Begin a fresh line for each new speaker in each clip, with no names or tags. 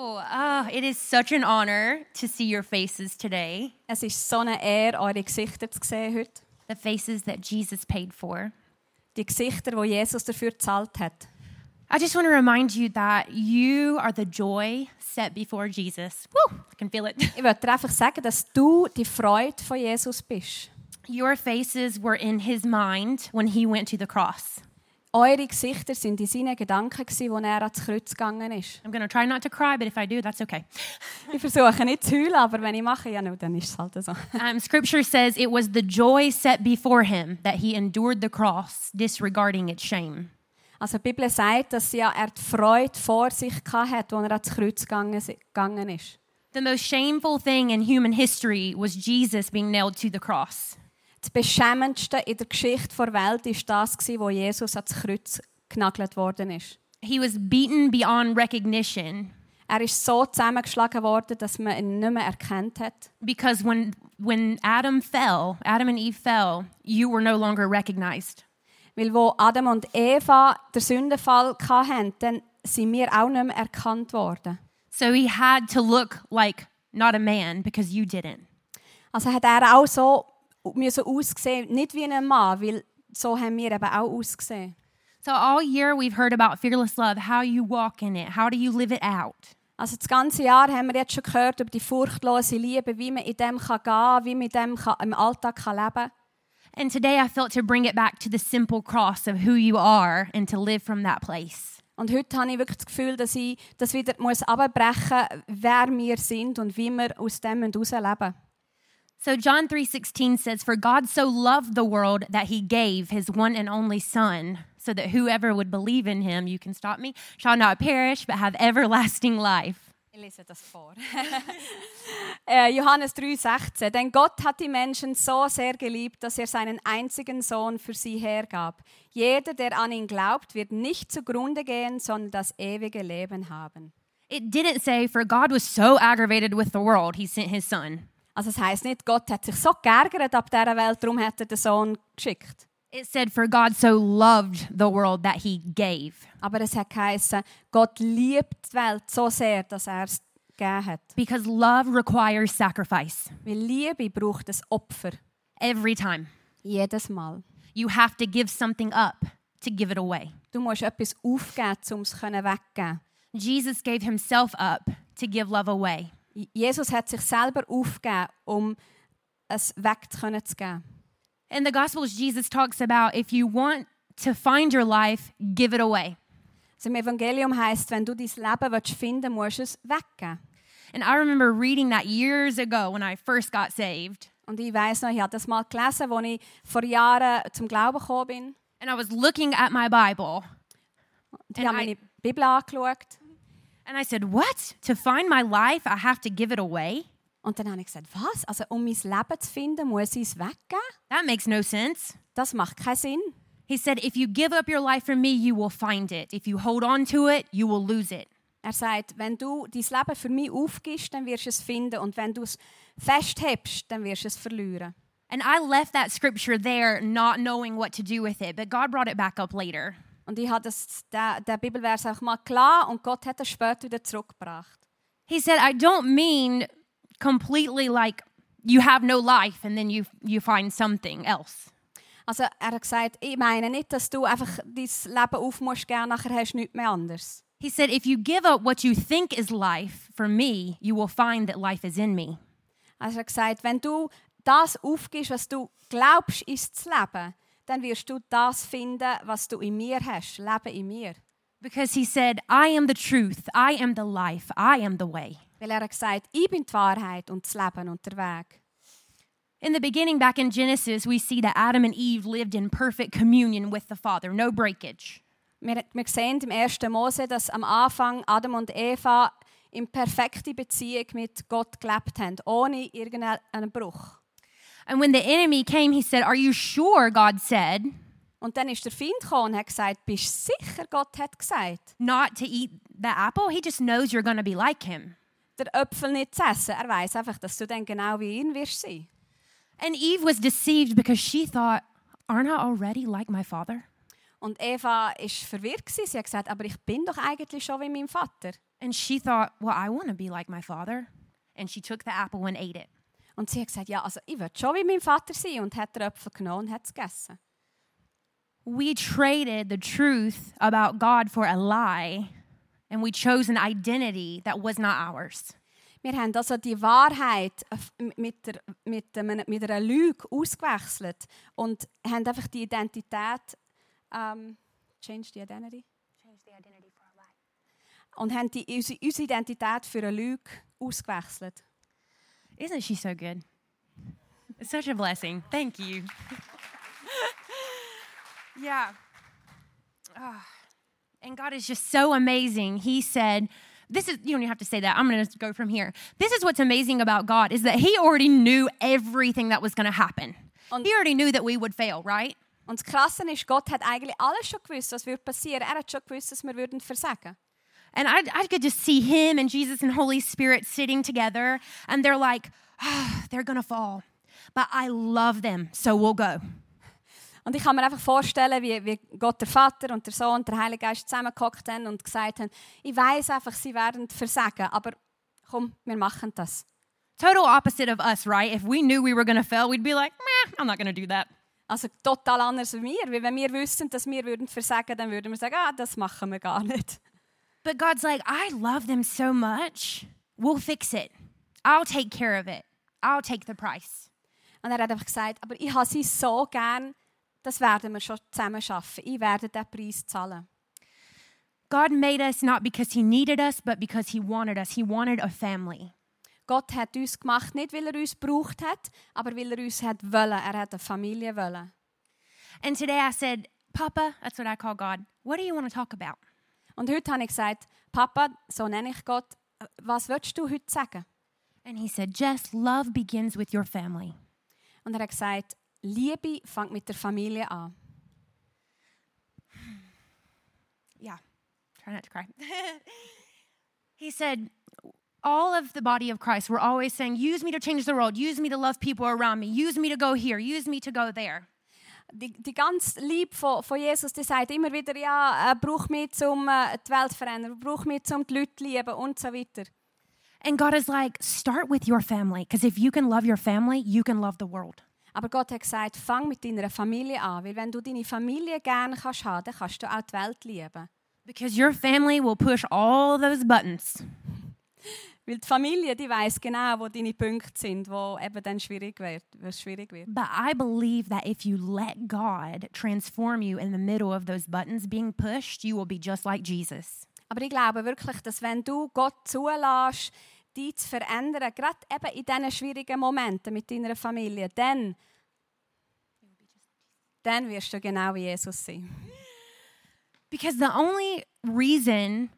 Oh, it is such an honor to see your faces today,
Es ist so eine Ehre, eure Gesichter zu sehen heute.
the faces that Jesus paid for.
Die Gesichter, die Jesus dafür gezahlt hat.
I just want to remind you that you are the joy set before Jesus. Woo, I can feel it.
Ich möchte dir einfach sagen, dass du die Freude von Jesus bist.
Your faces were in his mind when he went to the cross.
Eure Gesichter sind in seinen Gedanken, gewesen, als er ans Kreuz gegangen ist.
I'm going to try not to cry, but if I do, that's okay.
Ich versuche nicht zu heulen, aber wenn ich mache, ja, nur, dann ist es halt so.
Um, scripture says it was the joy set before him that he endured the cross, disregarding its shame.
Also die Bibel sagt, dass ja er die Freude vor sich hatte, als er ans Kreuz gegangen si- gegangen ist.
The most shameful thing in human history was Jesus being nailed to the cross.
Das Beschämendste in der Geschichte der Welt war das, gewesen, wo Jesus ans Kreuz genagelt worden ist.
He was beaten beyond recognition
Er ist so zusammengeschlagen worden, dass man ihn nicht mehr erkannt hat.
because when when Adam fell, Adam and Eve fell, you were no longer recognized.
Weil wo Adam und Eva den Sündenfall hatten, dann sind wir auch nicht mehr erkannt worden.
So he had to look like not a man because you didn't.
Also hat er auch so müssen ausgesehen, nicht wie ein Mann, weil so haben wir eben auch ausgesehen.
So all year we've heard about fearless love, how you walk in it, how do you live it out?
Also das ganze Jahr haben wir jetzt schon gehört über die furchtlose Liebe, wie man in dem kann gehen kann, wie man in dem kann, im Alltag kann leben kann.
And today I felt to bring it back to the simple cross of who you are and to live from that place.
Und heute habe ich wirklich das Gefühl, dass ich das wieder muss abbrechen muss, wer wir sind und wie wir aus dem herausleben müssen.
So John 3:16 says for God so loved the world that he gave his one and only son so that whoever would believe in him, you can stop me, shall not perish but have everlasting life.
Ich lese das vor. äh, Johannes 3,16. Denn Gott hat die Menschen so sehr geliebt, dass er seinen einzigen Sohn für sie hergab. Jeder, der an ihn glaubt, wird nicht zugrunde gehen, sondern das ewige Leben haben.
It didn't say for God was so aggravated with the world he sent his son.
Also, es heißt nicht, Gott hat sich so geärgert ab dieser Welt, darum hat er den Sohn geschickt.
It said for God so loved the world that he gave
Aber es hat geheißen, Gott liebt die Welt so sehr, dass er es gegeben hat.
because love requires sacrifice
Weil Liebe braucht ein Opfer.
every time.
Jedes Mal.
You have to give something up to give it away.
Du musst etwas aufgeben, um es wegzugeben. können.
Jesus gave himself up to give love away.
Jesus hat sich selber aufgegeben, um es wegzugeben.
In the Gospels, Jesus talks about if you want to find your life, give it away.
Also Im Evangelium heißt, wenn du dein Leben willst finden musst du es weggeben.
And I remember reading that years ago when I first got saved.
Und ich weiß noch, ich habe das mal gelesen, als ich vor Jahren zum Glauben gekommen bin.
And I was looking at my Bible
Und ich
And
habe
I-
meine Bibel angeschaut.
and I said, What? To find my life, I have to give it away?
Und dann habe ich gesagt, was? Also um mein Leben zu finden, muss ich es weggeben?
That makes no sense.
Das macht keinen Sinn.
He said, If you give up your life for me, you will find it. If you hold on to it, you will lose it.
Er sagt, wenn du dein Leben für mich aufgibst, dann wirst du es finden. Und wenn du es festhebst, dann wirst du es verlieren.
And I left that scripture there not knowing what to do with it, but God brought it back up later.
Und ich habe das, den, den Bibelvers auch mal klar und Gott hat es später wieder zurückgebracht.
He said, I don't mean completely like you have no life and then you, you find something else.
Also er hat gesagt, ich meine nicht, dass du einfach dein Leben aufmusst, gern nachher hast du nichts mehr anderes.
He said, If you give up what you think is life for me, you will find that life is in me.
Also er hat gesagt, wenn du das aufgibst, was du glaubst, ist das Leben, dann wirst du das finden, was du in mir hast, Leben in mir.
Because he said, I am the truth, I am the life, I am the way.
Weil er hat gesagt, ich bin die Wahrheit und das Leben und der Weg.
In the beginning, back in Genesis, we see that Adam and Eve lived in perfect communion with the Father, no breakage.
Wir, wir sehen im 1. Mose, dass am Anfang Adam und Eva in perfekter Beziehung mit Gott gelebt haben, ohne irgendeinen Bruch.
And when the enemy came, he said, Are you sure God said
Und dann ist der Feind gekommen und hat gesagt, bist du sicher, Gott hat gesagt,
not to eat the apple? He just knows you're going to be like him.
der Äpfel nicht zu essen. Er weiß einfach, dass du dann genau wie ihn wirst sein.
And Eve was deceived because she thought, Aren't I already like my father?
Und Eva ist verwirrt. gewesen. Sie hat gesagt, aber ich bin doch eigentlich schon wie mein Vater.
And she thought, well, I want to be like my father. And she took the apple and ate it.
Und sie hat gesagt, ja, also ich will schon wie mein Vater sein. Und hat den Apfel genommen und hat es gegessen.
We traded the truth about God for a lie, and we chose an identity that was not ours.
Wir haben also die Wahrheit auf- mit, der, mit, einem, mit einer Lüge ausgewechselt und haben einfach die Identität, ähm, changed the identity, und haben die, unsere, unsere Identität für eine Lüge ausgewechselt.
Isn't she so good? It's such a blessing. Thank you. yeah. Ah. And God is just so amazing. He said, this is you don't even have to say that. I'm going to go from here. This is what's amazing about God is that he already knew everything that was going to happen.
Und-
he already knew that we would fail, right?
Und das Krasse ist, Gott hat eigentlich alles schon gewusst, was würde passieren. Er hat schon gewusst, dass wir würden versagen.
And I, I could just see him and Jesus and Holy Spirit sitting together, and they're like, "Ah, they're gonna fall, but I love them, so we'll go.
Und ich kann mir einfach vorstellen, wie, wie Gott der Vater und der Sohn und der Heilige Geist zusammengehockt haben und gesagt haben, ich weiß einfach, sie werden versagen, aber komm, wir machen das.
Total opposite of us, right? If we knew we were gonna fail, we'd be like, Meh, I'm not gonna do that.
Also total anders als wir, weil wenn wir wüssten, dass wir würden versagen, dann würden wir sagen, ah, das machen wir gar nicht.
But God's like, I love them so much, we'll fix it. I'll take care of it. I'll take the price.
Und er hat einfach gesagt, aber ich habe sie so gern, das werden wir schon zusammen schaffen. Ich werde den Preis zahlen.
God made us not because He needed us, but because He wanted us. He wanted a family.
Gott hat uns gemacht, nicht weil er uns gebraucht hat, aber weil er uns hat wollen. Er hat eine Familie wollen.
And today I said, Papa, that's what I call God, what do you wanna talk about?
Und heute habe ich gesagt, Papa, so nenne ich Gott, äh, was willst du heute sagen?
And he said, Jess, love begins with your family.
Und er hat gesagt, Liebe fängt mit der Familie an.
Yeah, try not to cry. he said, all of the body of Christ were always saying, use me to change the world, use me to love people around me, use me to go here, use me to go there.
die, die ganze Liebe von, von Jesus, die sagt immer wieder, ja, äh, brauch mich, um äh, die Welt zu verändern, brauch mich, um die Leute zu lieben und so weiter.
And God is like, start with your family, because if you can love your family, you can love the world.
Aber Gott hat gesagt, fang mit deiner Familie an, weil wenn du deine Familie gerne kannst haben, dann kannst du auch die Welt lieben.
Because your family will push all those buttons.
Weil die Familie, die weiß genau, wo deine Punkte sind, wo eben dann schwierig wird, was schwierig wird.
But I believe that if you let God transform you in the middle of those buttons being pushed, you will be just like Jesus.
Aber ich glaube wirklich, dass wenn du Gott zulässt, dich zu verändern, gerade eben in diesen schwierigen Momenten mit deiner Familie, dann, dann wirst du genau wie Jesus sein.
Because the only reason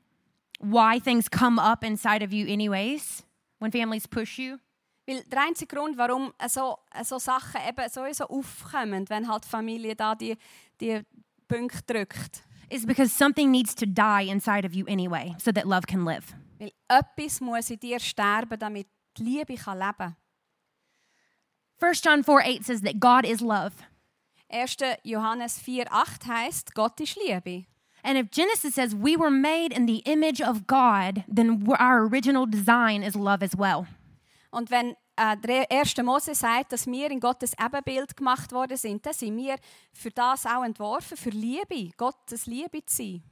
why things come up inside of you, anyways, when families push you,
Weil der einzige Grund, warum so, so Sachen eben sowieso aufkommen, wenn halt die Familie da die, die Punkte drückt.
is because something needs to die inside of you anyway, so that love can live.
Weil etwas muss in dir sterben, damit die Liebe kann leben kann.
1 John 4 8 says that God is love.
1. Johannes 4,8 heißt, Gott ist Liebe.
And if Genesis says we were made in the image of God, then we're- our original design is love as well.
Und wenn äh, der 1. Mose sagt, dass wir in Gottes Ebenbild gemacht worden sind, dann sind wir für das auch entworfen, für Liebe, Gottes Liebe zu sein.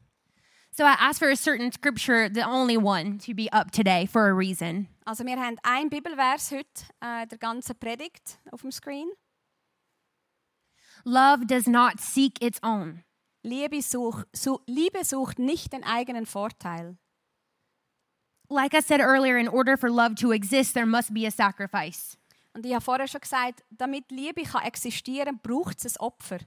So I asked for a certain scripture, the only one, to be up today for a reason.
Also wir haben einen Bibelvers heute, äh, in der ganzen Predigt auf dem Screen.
Love does not seek its own.
Liebe, such, su, Liebe sucht nicht den eigenen Vorteil.
Like I said earlier, in order for love to exist, there must be a sacrifice.
Und ich habe vorher schon gesagt, damit Liebe kann existieren, braucht es ein Opfer.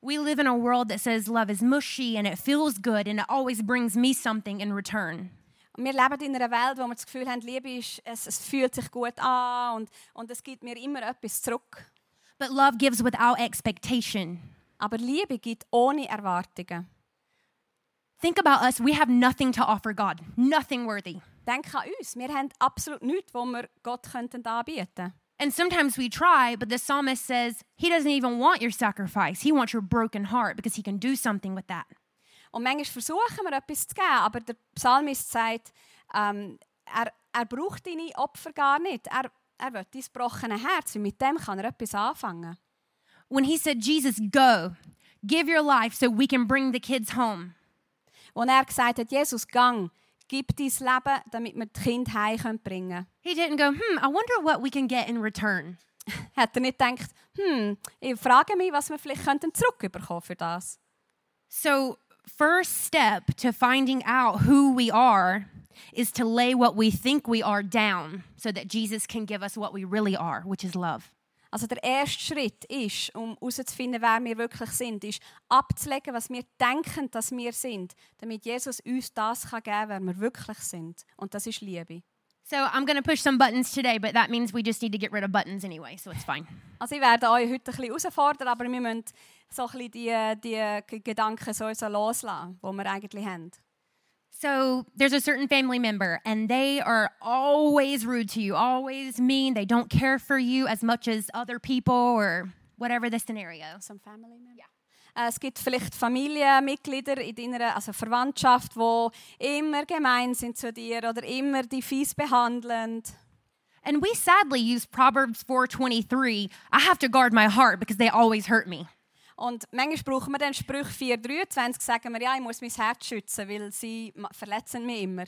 We live in a world that says love is mushy and it feels good and it always brings me something in return.
Und wir leben in einer Welt, wo wir das Gefühl haben, Liebe ist, es, es fühlt sich gut an und, und es gibt mir immer etwas zurück.
But love gives without expectation.
Aber Liebe gibt ohne Erwartungen.
Think about us, we have nothing to offer God, nothing worthy.
Denk an uns. Wir haben absolut nichts, was wir Gott könnten anbieten könnten.
And sometimes we try, but the psalmist says he doesn't even want your sacrifice. He wants your broken heart because he can do something with that.
Und manchmal versuchen wir etwas zu geben, aber der Psalmist sagt, ähm, er, er braucht deine Opfer gar nicht. Er, er will dein gebrochene Herz und mit dem kann er etwas anfangen.
When he said, Jesus, go, give your life so we can bring the kids home,
Und er gesagt hat, Jesus, gang, gib dein Leben, damit wir das Kind heim bringen
he didn't go, hmm, I wonder what we can get in return.
können. Hat er nicht gedacht, hm, ich frage mich, was wir vielleicht könnten zurückbekommen für das.
So, first step to finding out who we are is to lay what we think we are down so that Jesus can give us what we really are, which is love.
Also der erste Schritt ist, um herauszufinden, wer wir wirklich sind, ist abzulegen, was wir denken, dass wir sind, damit Jesus uns das kann geben kann, wer wir wirklich sind. Und das ist Liebe.
So, I'm going to push some buttons today, but that means we just need to get rid of buttons anyway, so it's fine.
Also ich werde euch heute ein bisschen herausfordern, aber wir müssen so ein bisschen die, die G- Gedanken so so loslassen, die wir eigentlich haben.
So there's a certain family member, and they are always rude to you, always mean. They don't care for you as much as other people or whatever the scenario.
Some family member. Äh, Es gibt vielleicht Familienmitglieder in deiner also Verwandtschaft, die immer gemein sind zu dir oder immer dich fies behandeln.
And we sadly use Proverbs 4:23. I have to guard my heart because they always hurt me.
Und manchmal brauchen wir dann Sprüche 423, sagen wir, ja, ich muss mein Herz schützen, weil sie ma- verletzen mich immer.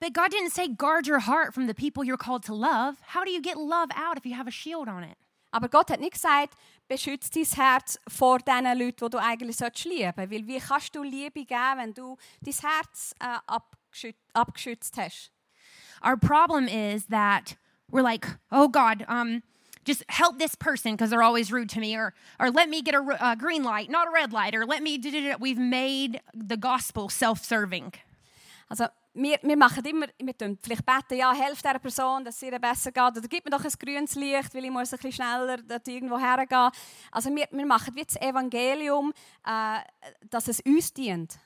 But God didn't say guard your heart from the people you're called to love. How do you get love out if you have a shield on it?
Aber Gott hat nicht gesagt, beschütze dein Herz vor diesen Leuten, die du eigentlich solltest lieben solltest. Weil wie kannst du Liebe geben, wenn du dein Herz äh, abgeschüt abgeschützt hast?
Our problem is that we're like, oh God, um, just help this person because they're always rude to me, or or let me get a, r- a green light, not a red light, or let me. da- da- da." We've made the gospel self-serving.
Also wir, wir machen immer, wir tun vielleicht beten, ja, helft dieser Person, dass es ihr besser geht. Oder gib mir doch ein grünes Licht, weil ich muss ein bisschen schneller dort irgendwo hergehen. Also wir, wir machen wie das Evangelium, äh, dass es uns dient.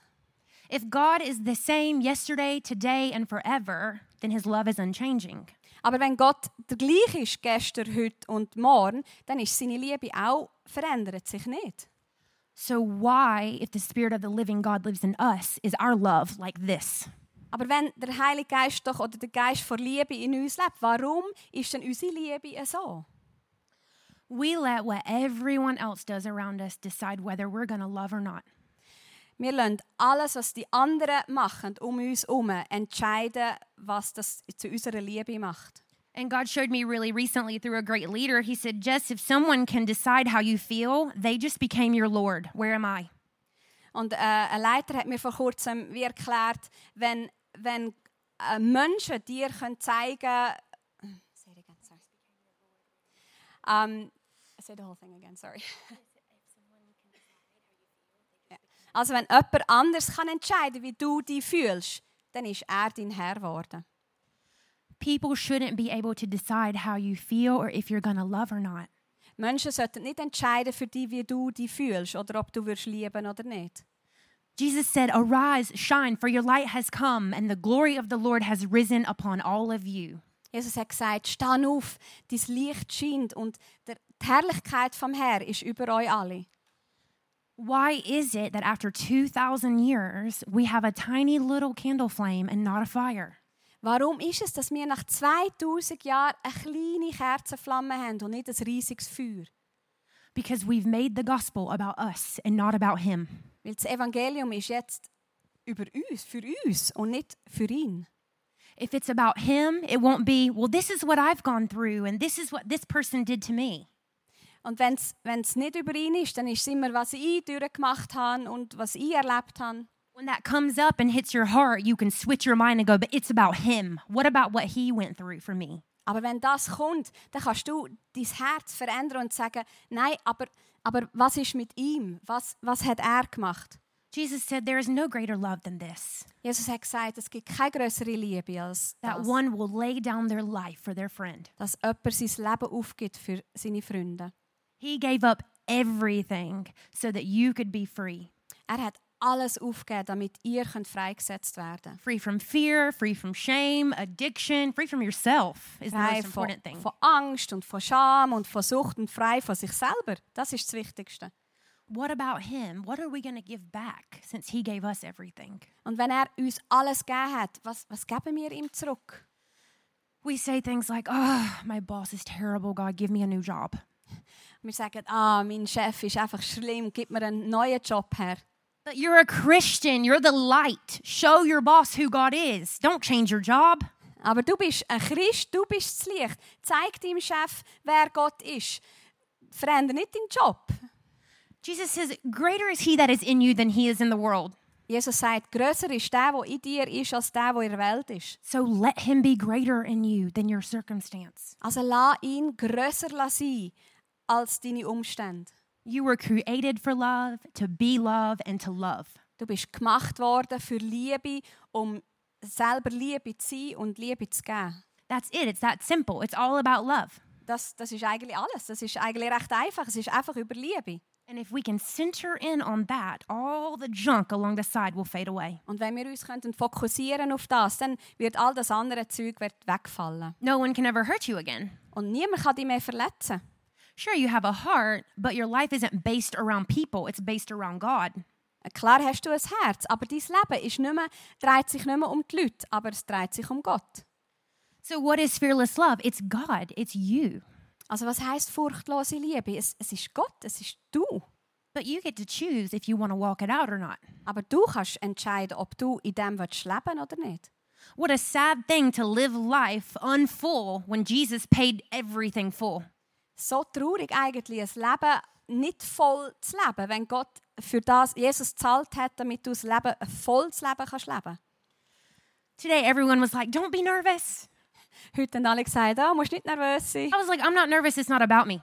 If God is the same yesterday, today, and forever, then His love is unchanging.
Aber wenn Gott der gleich ist gestern, heute und morgen, dann ist seine Liebe auch verändert sich nicht.
So why, if the Spirit of the Living God lives in us, is our love like this?
Aber wenn der Heilige Geist doch oder der Geist vor Liebe in uns lebt, warum ist denn unsere Liebe so?
We let what everyone else does around us decide whether we're going to love or not.
Wir lassen alles, was die anderen machen, um uns herum, entscheiden, was das zu unserer Liebe macht.
And God showed me really recently through a great leader. He said, Jess, if someone can decide how you feel, they just became your Lord. Where am I?
Und äh, ein Leiter hat mir vor kurzem wie erklärt, wenn, wenn äh, Menschen dir können zeigen Say it again, sorry. Ähm, say the whole thing again, sorry. Ja. Also wenn jemand anders kann entscheiden wie du dich fühlst, dann ist er dein Herr geworden.
People shouldn't be able to decide how you feel or if you're going to love or not.
Menschen sollten nicht entscheiden für dich, wie du dich fühlst oder ob du wirst lieben oder nicht.
Jesus said, Arise, shine, for your light has come, and the glory of the Lord has risen upon all of you.
Jesus hat gesagt, steh auf, dein Licht scheint und der, die Herrlichkeit vom Herrn ist über euch alle.
Why is it that after 2,000 years, we have a tiny little candle flame and not a fire?
Warum ist es, dass wir nach 2000 Jahren eine kleine Kerzenflamme haben und nicht ein riesiges Feuer?
Because we've made the gospel about us and not about Him.
Weil das Evangelium ist jetzt über uns, für uns und nicht für ihn.
If it's about him, it won't be, well, this is what I've gone through and this is what this person did to me.
Und wenn es nicht über ihn ist, dann ist es immer, was ich durchgemacht habe und was ich erlebt habe.
When that comes up and hits your heart, you can switch your mind and go, but it's about him. What about what he went through for me?
Aber wenn das kommt, dann kannst du dein Herz verändern und sagen, nein, aber, aber was ist mit ihm? Was, was hat er gemacht?
Jesus said, There is no greater love than this
Jesus hat gesagt, es gibt keine größere Liebe als
that
das,
one will lay down their life for their friend.
dass jemand sein Leben aufgibt für seine Freunde.
He gave up everything so that you could be free.
Er hat alles aufgeben, damit ihr könnt freigesetzt werden
Free from fear, free from shame, addiction, free from yourself is the
Frei
most
von,
important thing.
von Angst und von Scham und von Sucht und frei von sich selber. Das ist das Wichtigste.
What about him? What are we going to give back since he gave us everything?
Und wenn er uns alles gegeben hat, was, was geben wir ihm zurück?
We say things like, oh, my boss is terrible. God, give me a new job.
Wir sagen, ah, mein Chef ist einfach schlimm, gib mir einen neuen Job her.
But you're a Christian. You're the light. Show your boss who God is. Don't change your job.
Aber du bist ein Christ, du bist das Licht. Zeig deinem Chef, wer Gott ist. Verändere nicht deinen Job.
Jesus says, Greater is he that is in you than he is in the world.
Jesus sagt, größer ist der, der in dir ist, als der, der in der Welt ist.
So let him be greater in you than your circumstance.
Also lass ihn größer sein als deine Umstände.
You were created for love, to be love, and to love.
Du bist gemacht worden für Liebe, um selber Liebe zu sein und Liebe zu geben.
That's it. It's that simple. It's all about love.
Das, das ist eigentlich alles. Das ist eigentlich recht einfach. Es ist einfach über Liebe.
And if we can center in on that, all the junk along the side will fade away.
Und wenn wir uns könnten fokussieren auf das, dann wird all das andere Zeug wird wegfallen.
No one can ever hurt you again.
Und niemand kann dich mehr verletzen.
Sure, you have a heart, but your life isn't based around people, it's based around God.
Klar hast du ein Herz, aber dein Leben ist nicht mehr, dreht sich nicht mehr um die Leute, aber es dreht sich um Gott.
So, what is fearless love? It's God, it's you.
Also was heißt furchtlose Liebe? Es, es ist Gott, es ist du.
But you get to choose if you want to walk it out or not.
Aber du kannst entscheiden, ob du in dem willst leben oder nicht.
What a sad thing to live life unfull when Jesus paid everything full.
So traurig eigentlich, ein Leben nicht voll zu leben, wenn Gott für das Jesus gezahlt hat, damit du das Leben, ein volles Leben kannst leben.
Today, everyone was like, Don't be nervous.
Heute haben alle gesagt, ah, musst nicht nervös sein.
I was like, I'm not nervous, it's not about me.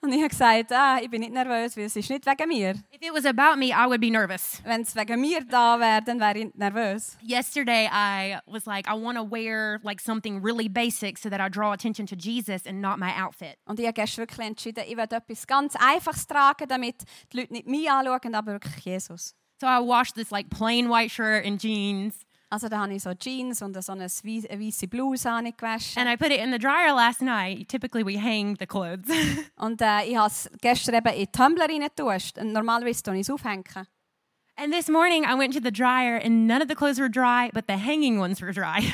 Und ich habe gesagt, ah, ich bin nicht nervös, weil es ist nicht wegen mir.
If it was about me, I would be nervous.
Wenn es wegen mir da wäre, dann wäre ich nervös.
Yesterday, I was like, I want to wear like something really basic so that I draw attention to Jesus and not my outfit.
Und ich habe gestern wirklich entschieden, ich werde etwas ganz Einfaches tragen, damit die Leute nicht mich anschauen, aber wirklich Jesus.
So I washed this like plain white shirt and jeans
Also da habe ich so Jeans und so eine weiße Bluse angewaschen.
and I put it in the dryer last night. Typically, we hang the clothes.
Und äh, ich habe es gestern eben in die Tumbler reingetuscht. Und Normalerweise tue ich es aufhängen.
and this morning, I went to the dryer and none of the clothes were dry, but the hanging ones were dry.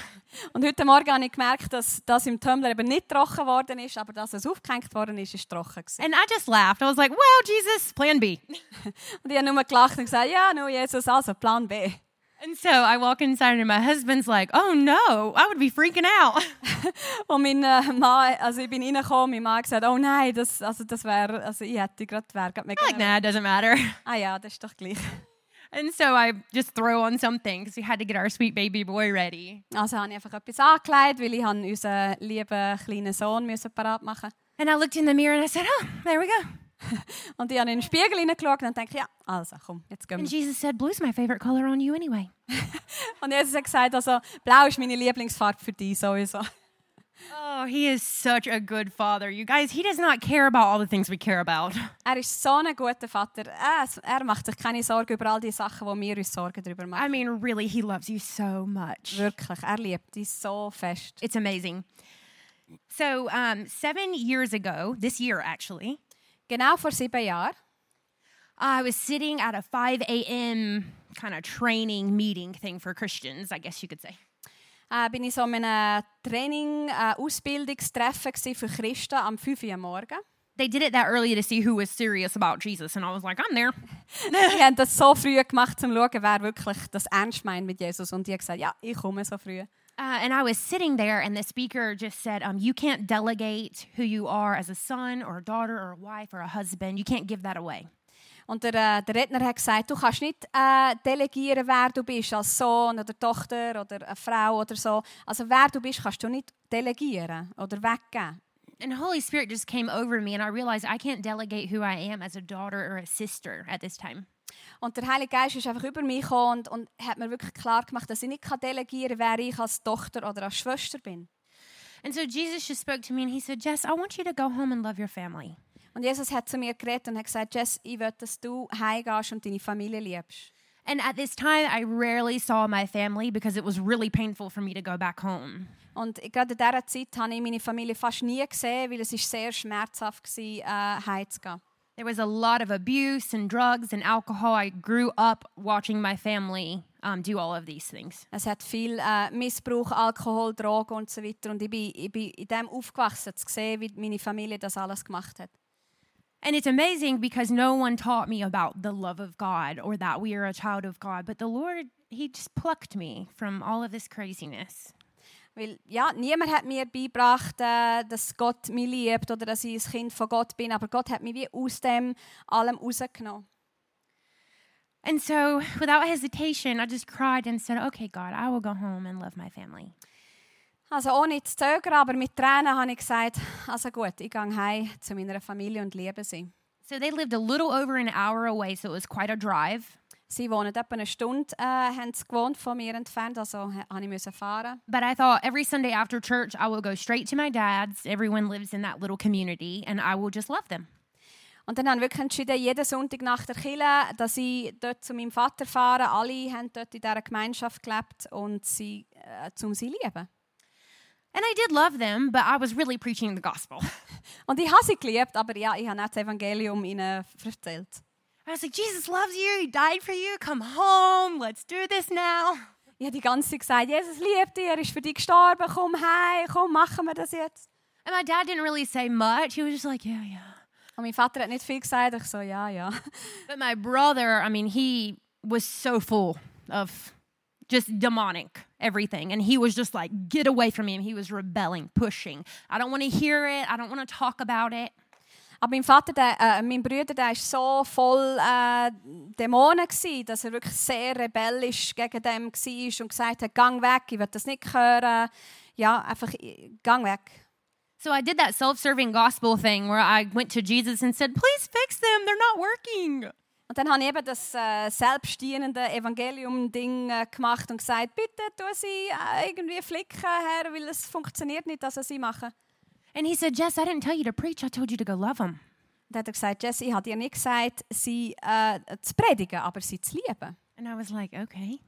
Und heute Morgen habe ich gemerkt, dass das im Tumbler eben nicht trocken worden ist, aber dass es aufgehängt worden ist, ist trocken gewesen.
and I just laughed. I was like, well, Jesus, plan B.
Und ich habe nur gelacht und gesagt, ja, nur Jesus, also Plan B.
and so I walk inside and my husband's like, oh no, I would be freaking out.
Und mein äh, Mann, also ich bin reingekommen, mein Mann hat gesagt, oh nein, das, also das wäre, also ich hätte gerade, wäre gerade mega...
I'm like, nah, it doesn't matter.
Ah ja, das ist doch gleich.
And so I just throw on something because we had to get our sweet baby boy ready.
Also habe ich einfach etwas angelegt, weil ich habe unseren lieben kleinen Sohn müssen parat machen
And I looked in the mirror and I said, Oh, there we go.
Und ich habe in den Spiegel hineingeschaut und dachte, ja, also komm, jetzt gehen
And
wir.
Jesus said, Blue's my favorite color on you anyway.
Und Jesus hat gesagt, also blau ist meine Lieblingsfarbe für dich sowieso.
Oh, he is such a good father. You guys, he does not care about all the things we care about.
Er ist so ein guter Vater. Er, er macht sich keine Sorgen über all die Sachen, wo wir uns Sorgen darüber machen.
I mean, really, he loves you so much.
Wirklich, er liebt dich so fest.
It's amazing. So, um, seven years ago, this year actually,
Genau vor sieben Jahren
I was sitting at a 5 a.m. kind of training meeting thing for Christians, I guess you could say.
äh, bin ich so an einem Training, äh, Ausbildungstreffen gsi für Christen am 5 Uhr morgens.
they did it that early to see who was serious about Jesus, and I was like, I'm there.
Die haben das so früh gemacht, um zu schauen, wer wirklich das ernst meint mit Jesus. Und die haben gesagt, ja, ich komme so früh.
Uh, and I was sitting there, and the speaker just said, um, "You can't delegate who you are as a son or a daughter or a wife or a husband. You can't give that away."
Und der, äh, der Redner hat gesagt, du kannst nicht äh, delegieren, wer du bist, als Sohn oder Tochter oder eine Frau oder so. Also wer du bist, kannst du nicht delegieren oder weggeben.
And the Holy Spirit just came over me, and I realized I can't delegate who I am as a daughter or a sister at this time.
Und der Heilige Geist ist einfach über mich gekommen und, und hat mir wirklich klar gemacht, dass ich nicht kann delegieren kann, wer ich als Tochter oder als Schwester bin.
And so Jesus just spoke to me, and he said, "Jess, I want you to go home and love your family."
Und Jesus hat zu mir geredet und hat gesagt, Jess, ich will, dass du heimgehst und deine Familie liebst.
And at this time, I rarely saw my family because it was really painful for me to go back home.
Und gerade in dieser Zeit habe ich meine Familie fast nie gesehen, weil es ist sehr schmerzhaft war, äh, heimzugehen.
There was a lot of abuse and drugs and alcohol. I grew up watching my family um, do all of these things.
Es hat viel äh, Missbrauch, Alkohol, Drogen und so weiter. Und ich bin, ich bin in dem aufgewachsen, zu sehen, wie meine Familie das alles gemacht hat.
And it's amazing because no one taught me about the love of God or that we are a child of God. But the Lord, He just plucked me from all of this craziness.
Weil ja, niemand hat mir beigebracht, äh, dass Gott mich liebt oder dass ich ein Kind von Gott bin. Aber Gott hat mich wie aus dem allem rausgenommen.
And so, without hesitation, I just cried and said, Okay, God, I will go home and love my family.
Also ohne zu zögern, aber mit Tränen habe ich gesagt, also gut, ich gehe heim zu meiner Familie und liebe sie.
So, they lived a little over an hour away, so it was quite a drive.
Sie wohnen etwa eine Stunde, äh, haben sie gewohnt von mir entfernt, also he- habe ich müssen fahren.
But I thought every Sunday after church, I will go straight to my dad's. Everyone lives in that little community, and I will just love them.
Und dann habe ich wirklich entschieden, jeden Sonntag nach der Kirche, dass ich dort zu meinem Vater fahre. Alle haben dort in dieser Gemeinschaft gelebt und sie, äh, um sie lieben.
And I did love them, but I was really preaching the gospel.
Und ich habe sie geliebt, aber ja, ich habe nicht das Evangelium ihnen erzählt.
I was like, Jesus loves you. He died for you. Come home. Let's do this now.
Ich habe die ganze Zeit gesagt, Jesus liebt dich, er ist für dich gestorben, komm heim, komm, machen wir das jetzt.
And my dad didn't really say much. He was just like, yeah, yeah.
Und mein Vater hat nicht viel gesagt, ich so, ja, ja.
But my brother, I mean, he was so full of just demonic everything. And he was just like, get away from me. And he was rebelling, pushing. I don't want to hear it. I don't want to talk about it.
Aber mein Vater, der, äh, mein Bruder, der war so voll äh, Dämonen, gsi, dass er wirklich sehr rebellisch gegen dem war und gesagt hat, gang weg, ich will das nicht hören. Ja, einfach, äh, gang weg.
So I did that self serving gospel thing where I went to Jesus and said, please fix them. They're not working.
Und dann habe ich eben das äh, selbstdienende Evangelium-Ding äh, gemacht und gesagt, bitte tu sie äh, irgendwie flicken, Herr, weil es funktioniert nicht, dass er sie machen.
And he said, Jess, I didn't tell you to preach. I told you to go love them.
Dann hat er gesagt, Jesse, ich habe dir nicht gesagt, sie äh, zu predigen, aber sie zu lieben.
And
Dann
I was like, okay.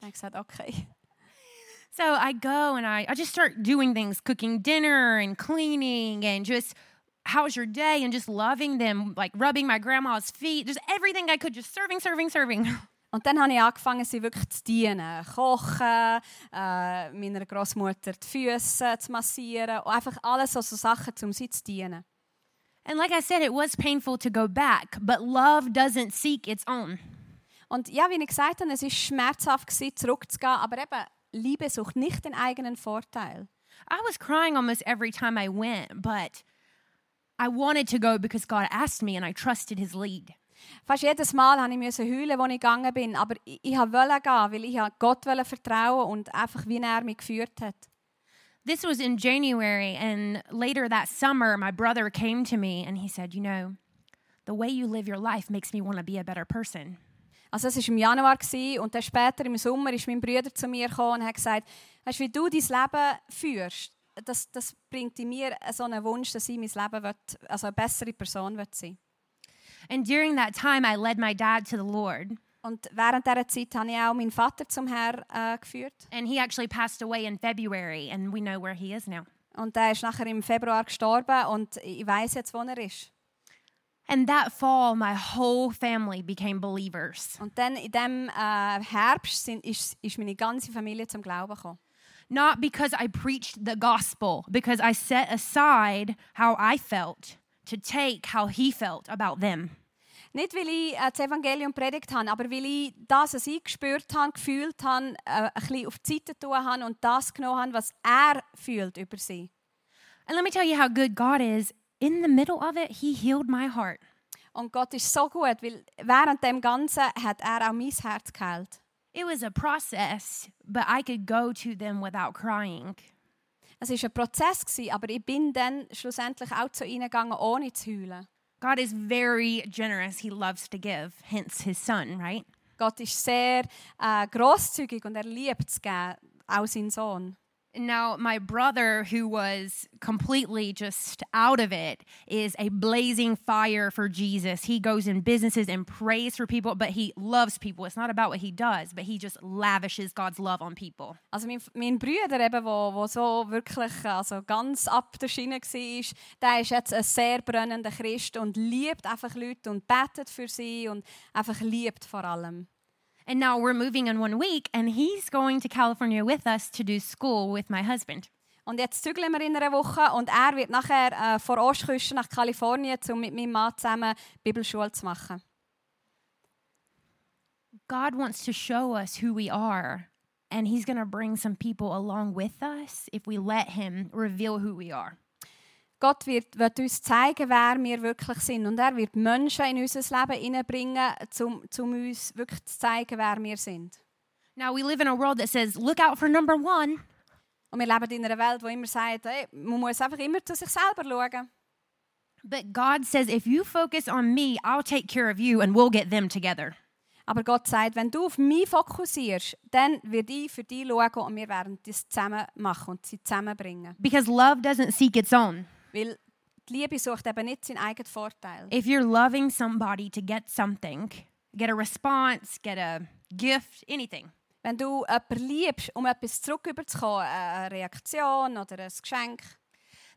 habe ich gesagt, okay.
So I go and I, I just start doing things, cooking dinner and cleaning and just how's your day and just loving them, like rubbing my grandma's feet, just everything I could, just serving, serving, serving.
Und dann habe ich angefangen, sie wirklich zu dienen. Kochen, äh, meiner Großmutter die Füße zu massieren. Und einfach alles so, so Sachen, um sie zu dienen.
And like I said, it was painful to go back, but love doesn't seek its own.
Und ja, wie ich gesagt habe, es war schmerzhaft, gewesen, zurückzugehen. Aber eben, Liebe sucht nicht den eigenen Vorteil.
I was crying almost every time I went, but I wanted to go because God asked me and I trusted his lead.
Fast jedes Mal habe ich müssen heulen, als ich gegangen bin. Aber ich, ich wollte gehen, weil ich Gott wollte vertrauen und einfach, wie er mich geführt hat.
This was in January, and later that summer, my brother came to me and he said, You know, the way you live your life makes me want to be a better person.
Also es war im Januar gewesen, und dann später im Sommer ist mein Bruder zu mir gekommen und hat gesagt, weißt, du, wie du dein Leben führst, das, das bringt in mir so einen Wunsch, dass ich mein Leben will, also eine bessere Person will sein
And during that time, I led my dad to the Lord,
Und während dieser Zeit habe ich auch meinen Vater zum Herrn äh, geführt.
and he actually passed away in February, and we know where he is now.
Und er ist nachher im Februar gestorben und ich weiß jetzt, wo er ist.
And that fall, my whole family became believers.
Und dann in diesem äh, Herbst sind, ist, ist meine ganze Familie zum Glauben gekommen.
Not because I preached the gospel, because I set aside how I felt to take how he felt about them.
Nicht, weil ich äh, das Evangelium predigt habe, aber weil ich das, was ich gespürt habe, gefühlt habe, äh, ein bisschen auf die Seite tun habe und das genommen habe, was er fühlt über sie.
And let me tell you how good God is. In the middle of it, He healed my heart.
Und Gott ist so gut, weil während dem Ganzen hat er auch mein Herz geheilt.
It was a process, but I could go to them without crying.
Es war ein Prozess, gewesen, aber ich bin dann schlussendlich auch zu ihnen gegangen, ohne zu heulen.
God is very generous. He loves to give, hence His Son, right?
Gott ist sehr äh, großzügig und er liebt es geben, auch seinen Sohn.
Now, my brother, who was completely just out of it, is a blazing fire for Jesus. He goes in businesses and prays for people, but he loves people. It's not about what he does, but he just lavishes God's love on people.
Also mein, mein Bruder, eben, wo, wo so wirklich also ganz ab der Schiene war, der ist jetzt ein sehr brennender Christ und liebt einfach Leute und betet für sie und einfach liebt vor allem.
And now we're moving in one week, and he's going to California with us to do school with my husband.
Und jetzt zügeln wir in einer Woche und er wird nachher äh, vor Ostküste nach Kalifornien, um mit meinem Mann zusammen Bibelschule zu machen.
God wants to show us who we are, and he's going to bring some people along with us if we let him reveal who we are.
Gott wird, wird uns zeigen, wer wir wirklich sind. Und er wird Menschen in unser Leben hineinbringen, um zum uns wirklich zu zeigen, wer wir sind.
Now, we live in a world that says, look out for number one,
Und wir leben in einer Welt, die immer sagt, hey, man muss einfach immer zu sich selber schauen.
but God says, if you focus on me, I'll take care of you, and we'll get them together.
Aber Gott sagt, wenn du auf mich fokussierst, dann wird ich für dich schauen und wir werden das zusammen machen und sie zusammenbringen.
Because love doesn't seek its own.
Weil die Liebe sucht eben nicht seinen eigenen Vorteil.
If you're loving somebody to get something, get a response, get a gift, anything,
Wenn du jemanden liebst, um etwas zurücküberzukommen, eine Reaktion oder ein Geschenk,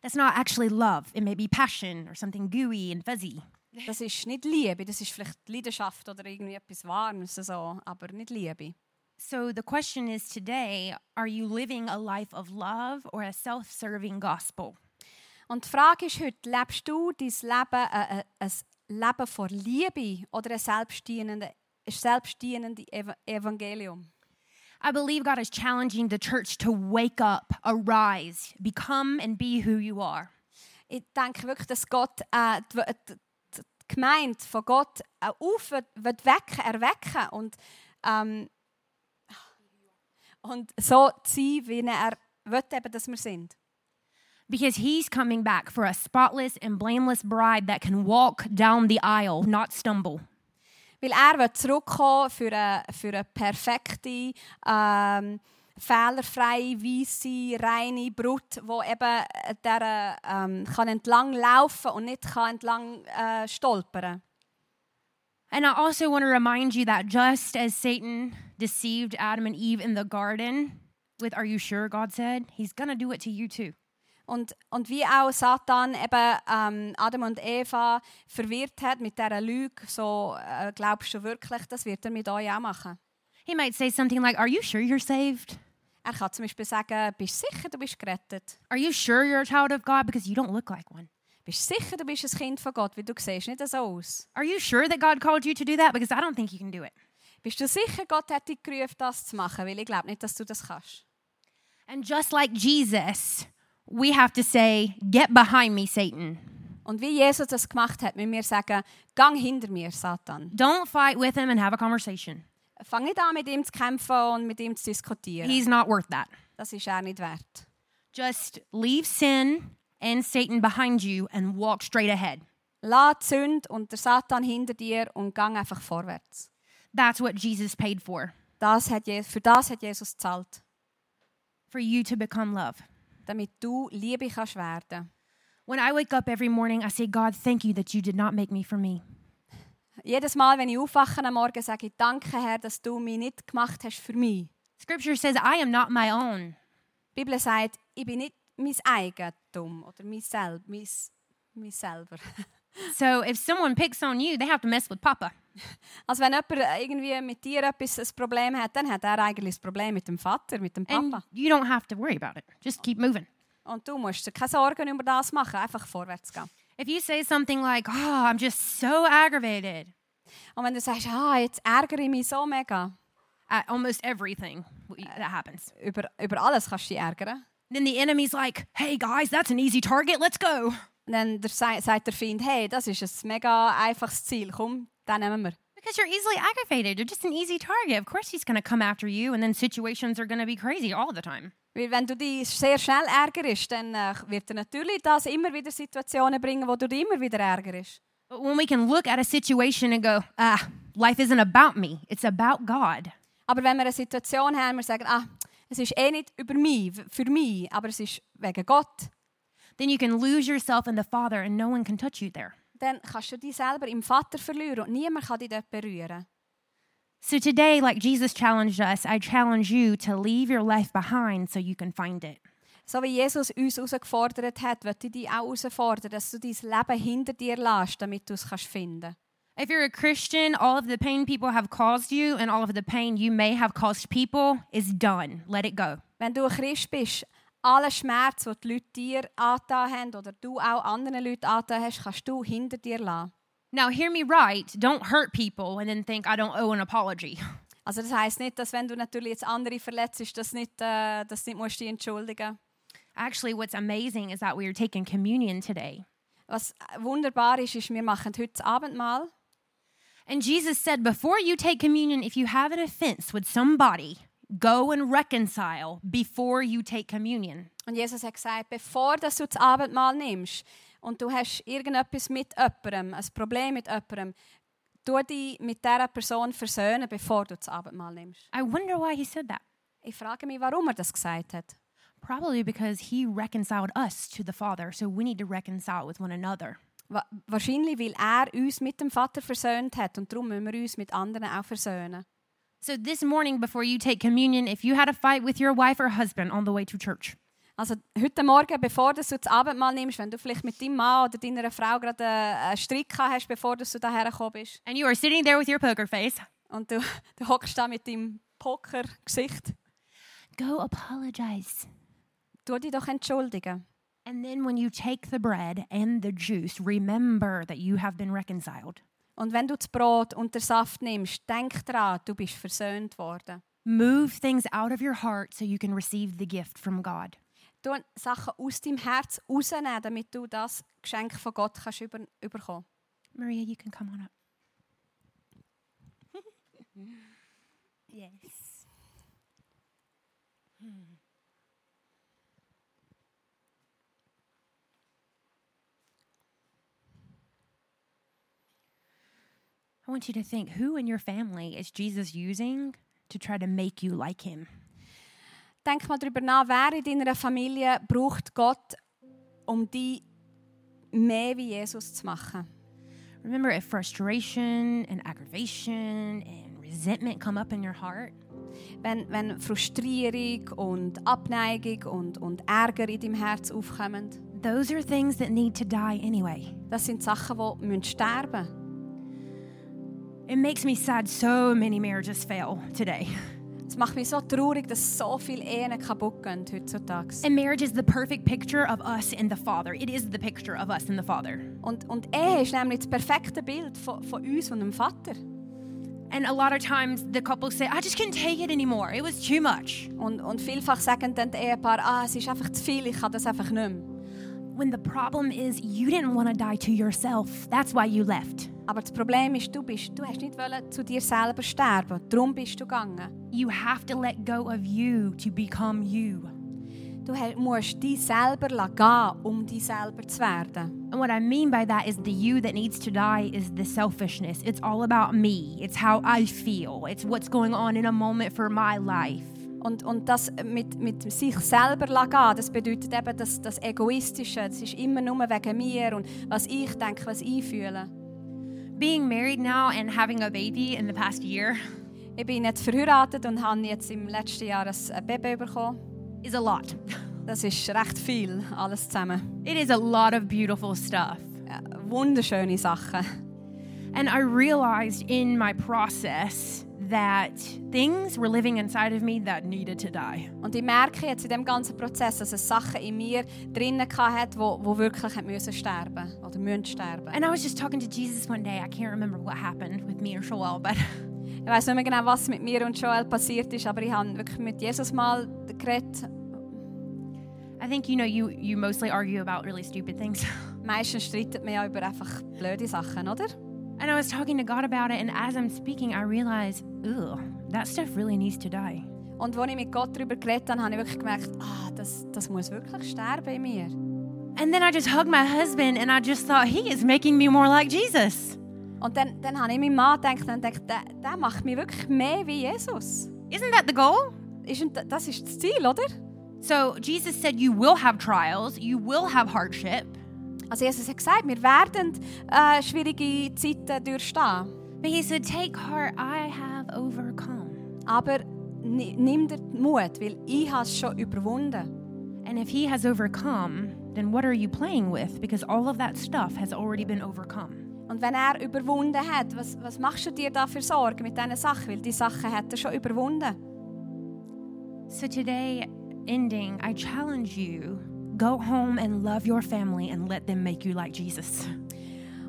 that's not actually love. It may be passion or something gooey and fuzzy.
das ist nicht Liebe, das ist vielleicht Leidenschaft oder irgendwie etwas Warmes, so, aber nicht Liebe.
So the question is today are you living a life of love or a self serving gospel?
Und die Frage ist heute, lebst du dein Leben äh, äh, ein Leben vor Liebe oder ein selbstdienendes selbstdienende Ev Evangelium?
I believe God is challenging the church to wake up, arise, become, and be who you are.
Ich denke wirklich, dass Gott äh, die, die, die Gemeinde von Gott äh, auf wird wird wecken, erwecken und, ähm, und so zu sein, wie er will, eben, dass wir sind.
Because He's coming back for a spotless and blameless bride that can walk down the aisle, not stumble.
Weil er will zurückkommen für eine, für eine perfekte, ähm, fehlerfreie, weisse, reine Brut, die eben der, ähm, kann entlang laufen und nicht kann entlang äh, stolpern
And I also want to remind you that just as Satan deceived Adam and Eve in the garden with, Are you sure? God said, He's going to do it to you too.
Und, und wie auch Satan eben ähm, Adam und Eva verwirrt hat mit dieser Lüge, so äh, glaubst du wirklich, das wird er mit euch auch machen.
He might say something like, Are you sure you're saved?
Er kann zum Beispiel sagen, bist du sicher, du bist gerettet?
Are you sure you're a child of God? Because you don't look like one.
Bist du sicher, du bist ein Kind von Gott, weil du siehst nicht so aus.
Are you sure that God called you to do that? Because I don't think you can do it.
Bist du sicher, Gott hat dich gerufen, das zu machen? Weil ich glaube nicht, dass du das kannst.
And just like Jesus, we have to say, Get behind me, Satan.
Und wie Jesus das gemacht hat, müssen wir sagen, gang hinter mir, Satan.
Don't fight with him and have a conversation.
Fang nicht an, mit ihm zu kämpfen und mit ihm zu diskutieren.
He's not worth that.
Das ist er nicht wert.
Just leave sin and Satan behind you and walk straight ahead.
Lass die Sünde und der Satan hinter dir und gang einfach vorwärts.
That's what Jesus paid for,
Das hat Je für das hat Jesus gezahlt,
for you to become love.
damit du Liebe kannst werden.
When I wake up every morning, I say, God, thank you that you did not make me for me.
Jedes Mal, wenn ich aufwache am Morgen, sage ich, danke Herr, dass du mich nicht gemacht hast für mich.
Scripture says, I am not my own.
Die Bibel sagt, ich bin nicht mein Eigentum oder mein, Sel mein, mein selber.
So if someone picks on you, they have to mess with Papa.
Also wenn jemand irgendwie mit dir etwas ein Problem hat, dann hat er eigentlich das Problem mit dem Vater, mit dem
And
Papa.
you don't have to worry about it. Just keep moving.
Und du musst dir keine Sorgen über das machen, einfach vorwärts gehen.
If you say something like, oh, I'm just so aggravated
Und wenn du sagst, ah, jetzt ärgere ich mich so mega,
at almost everything w- that happens,
über, über alles kannst du dich ärgern.
Uh, then the enemy's like, hey guys, that's an easy target. Let's go.
Und dann der, sei- sagt der Feind, hey, das ist ein mega einfaches Ziel, komm, den nehmen wir.
Because you're easily aggravated. You're just an easy target. Of course, he's going to come after you, and then situations are going to be crazy all the time.
Weil wenn du dich sehr schnell ärgerst, dann äh, wird er natürlich das immer wieder Situationen bringen, wo du dich immer wieder ärgerst.
But when we can look at a situation and go, ah, life isn't about me, it's about God,
Aber wenn wir eine Situation haben, wir sagen, ah, Es ist eh nicht über mich, für mich, aber es ist wegen Gott.
then you can lose yourself in the Father and no one can touch you there.
Dann kannst du dich selber im Vater verlieren und niemand kann dich dort berühren.
So today, like Jesus challenged us, I challenge you to leave your life behind so you can find it.
So wie Jesus uns herausgefordert hat, wird ich dich auch herausfordern, dass du dein Leben hinter dir lässt, damit du es kannst finden
If you're a Christian, all of the pain people have caused you and all of the pain you may have caused people is done. Let it go.
Wenn du ein Christ bist, alle Schmerz, den die Leute dir angetan haben oder du auch anderen Leuten angetan hast, kannst du hinter dir lassen.
Now, hear me right. Don't hurt people and then think I don't owe an apology.
Also das heißt nicht, dass wenn du natürlich jetzt andere verletzt, dass nicht, äh, dass du nicht musst dich entschuldigen.
Actually, what's amazing is that we are taking communion today.
Was wunderbar ist, ist, wir machen heute das Abendmahl.
And Jesus said, Before you take communion, if you have an offense with somebody, go and reconcile before you take communion.
Und Jesus hat gesagt, bevor dass du das Abendmahl nimmst und du hast irgendetwas mit jemandem, ein Problem mit jemandem, tu dich mit dieser Person versöhnen, bevor du das Abendmahl nimmst.
I wonder why he said that.
Ich frage mich, warum er das gesagt hat.
Probably because he reconciled us to the Father, so we need to reconcile with one another.
Wa wahrscheinlich, weil er uns mit dem Vater versöhnt hat und darum müssen wir uns mit anderen auch versöhnen.
So, this morning before you take communion, if you had a fight with your wife or husband on the way to church,
Also heute Morgen, bevor dass du das Abendmahl nimmst, wenn du vielleicht mit deinem Mann oder deiner Frau gerade äh, einen Strick gehabt hast, bevor dass du daher gekommen bist
and you are sitting there with your poker face,
und du, du hockst da mit deinem Pokergesicht,
go apologize.
tu dich doch entschuldigen.
And then when you take the bread and the juice, remember that you have been reconciled.
Und wenn du das Brot und den Saft nimmst, denk daran, du bist versöhnt worden.
Move things out of your heart so you can receive the gift from God.
Du Sachen aus deinem Herz rausnehmen, damit du das Geschenk von Gott kannst über überkommen.
Maria, you can come on up. yes. Hmm. I want you to think who in your family is Jesus using to try to make you like him?
Denk mal darüber nach, wer in deiner Familie braucht Gott, um dich mehr wie Jesus zu machen.
Remember, if frustration and aggravation and resentment come up in your heart,
Wenn, wenn Frustrierung und Abneigung und, und Ärger in deinem Herz aufkommen,
those are things that need to die anyway.
das sind Sachen, die müssen sterben müssen.
It makes me sad so many marriages fail today.
Es macht mich so traurig, dass so viele Ehen kaputt gehen heutzutage.
And marriage is the perfect picture of us and the Father. It is the picture of us and the Father.
Und, und Ehe ist nämlich das perfekte Bild von, von uns und dem Vater.
And a lot of times the couples say, I just couldn't take it anymore. It was too much.
Und, und vielfach sagen dann die Ehepaare, ah, es ist einfach zu viel, ich kann das einfach nicht mehr.
When the problem is you didn't want to die to yourself. That's why you left.
Aber das Problem ist, du, bist, du hast nicht wollen zu dir selber sterben, darum bist du gegangen.
You have to let go of you to become you.
Du he- musst dich selber lassen gehen, um dich selber zu werden.
And what I mean by that is the you that needs to die is the selfishness. It's all about me. It's how I feel. It's what's going on in a moment for my life.
Und, und das mit, mit sich selber lassen gehen, das bedeutet eben das, das Egoistische, das ist immer nur wegen mir und was ich denke, was ich fühle.
Being married now and having a baby in the past year
Ich bin nicht verheiratet und habe jetzt im letzten Jahr ein Baby bekommen.
is a lot.
Das ist recht viel, alles zusammen.
It is a lot of beautiful stuff.
Ja, wunderschöne Sachen.
And I realized in my process that things were living inside of me that needed to die.
Und ich merke jetzt in dem ganzen Prozess, dass es Sachen in mir drinnen hat, wo, wo wirklich hat müssen sterben oder müssen sterben.
And I was just talking to Jesus one day. I can't remember what happened with me or Joelle, but
Ich weiß nicht mehr genau, was mit mir und Joel passiert ist, aber ich habe wirklich mit Jesus mal geredet.
I think you know you you mostly argue about really stupid things.
Meistens streitet man ja über einfach blöde Sachen, oder?
And I was talking to God about it, and as I'm speaking, I realized, ugh, that stuff really needs to die.
Und als ich mit Gott darüber geredet habe, habe ich wirklich gemerkt, ah, das, das muss wirklich sterben in mir.
And then I just hugged my husband, and I just thought, he is making me more like Jesus.
Und dann, dann habe ich meinen Mann gedacht und gedacht, der, der macht mich wirklich mehr wie Jesus.
Isn't that the goal?
Ist, denn d- das ist das Ziel, oder?
So Jesus said, You will have trials, you will have hardship,
Also Jesus hat gesagt, wir werden äh, schwierige Zeiten durchstehen.
but he said, Take heart, I have overcome.
Aber ni- nimm dir den Mut, weil ich habe es schon überwunden.
And if he has overcome, then what are you playing with? Because all of that stuff has already been overcome.
Und wenn er überwunden hat, was, was machst du dir da für Sorgen mit diesen Sachen? Weil die Sachen hat er schon überwunden.
So today, ending, I challenge you go home and love your family and let them make you like Jesus.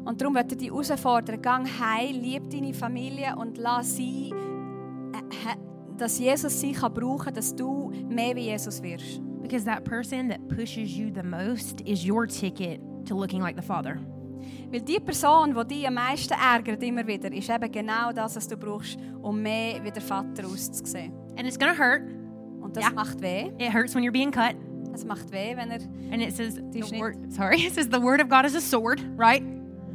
Und darum möchte ich dich herausfordern, gang heim, lieb deine Familie und lass sie, äh, he- dass Jesus sie kann brauchen kann, dass du mehr wie Jesus wirst.
Because that person that pushes you the most is your ticket to looking like the Father.
Weil die Person, die dich am meisten ärgert, immer wieder, ist eben genau das, was du brauchst, um mehr wie der Vater auszusehen.
And it's gonna hurt.
Und das
Ja.
macht weh.
It hurts when you're being cut.
Das macht weh, wenn er...
And it says the
Schnitt.
word, sorry, it says the word of God is a sword, right?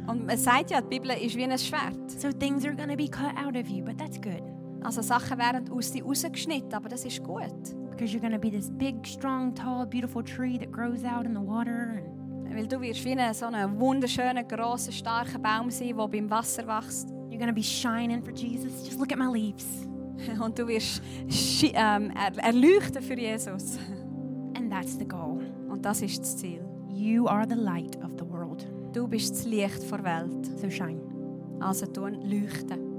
Und man sagt ja, die Bibel ist wie ein Schwert.
So things are gonna be cut out of you, but that's good
Also Sachen werden aus dir rausgeschnitten, aber das ist gut.
because you're gonna be this big, strong, tall, beautiful tree that grows out in the water. And
Weil du wirst wie ein so ein wunderschöner, grosser, starker Baum sein, der beim Wasser wächst.
you're gonna be shining for Jesus. Just look at my leaves.
Und du wirst schi- ähm, er- erleuchten für Jesus.
And that's the goal.
Und das ist das Ziel.
You are the light of the world.
Du bist das Licht der Welt.
So shine.
Also tun, leuchten.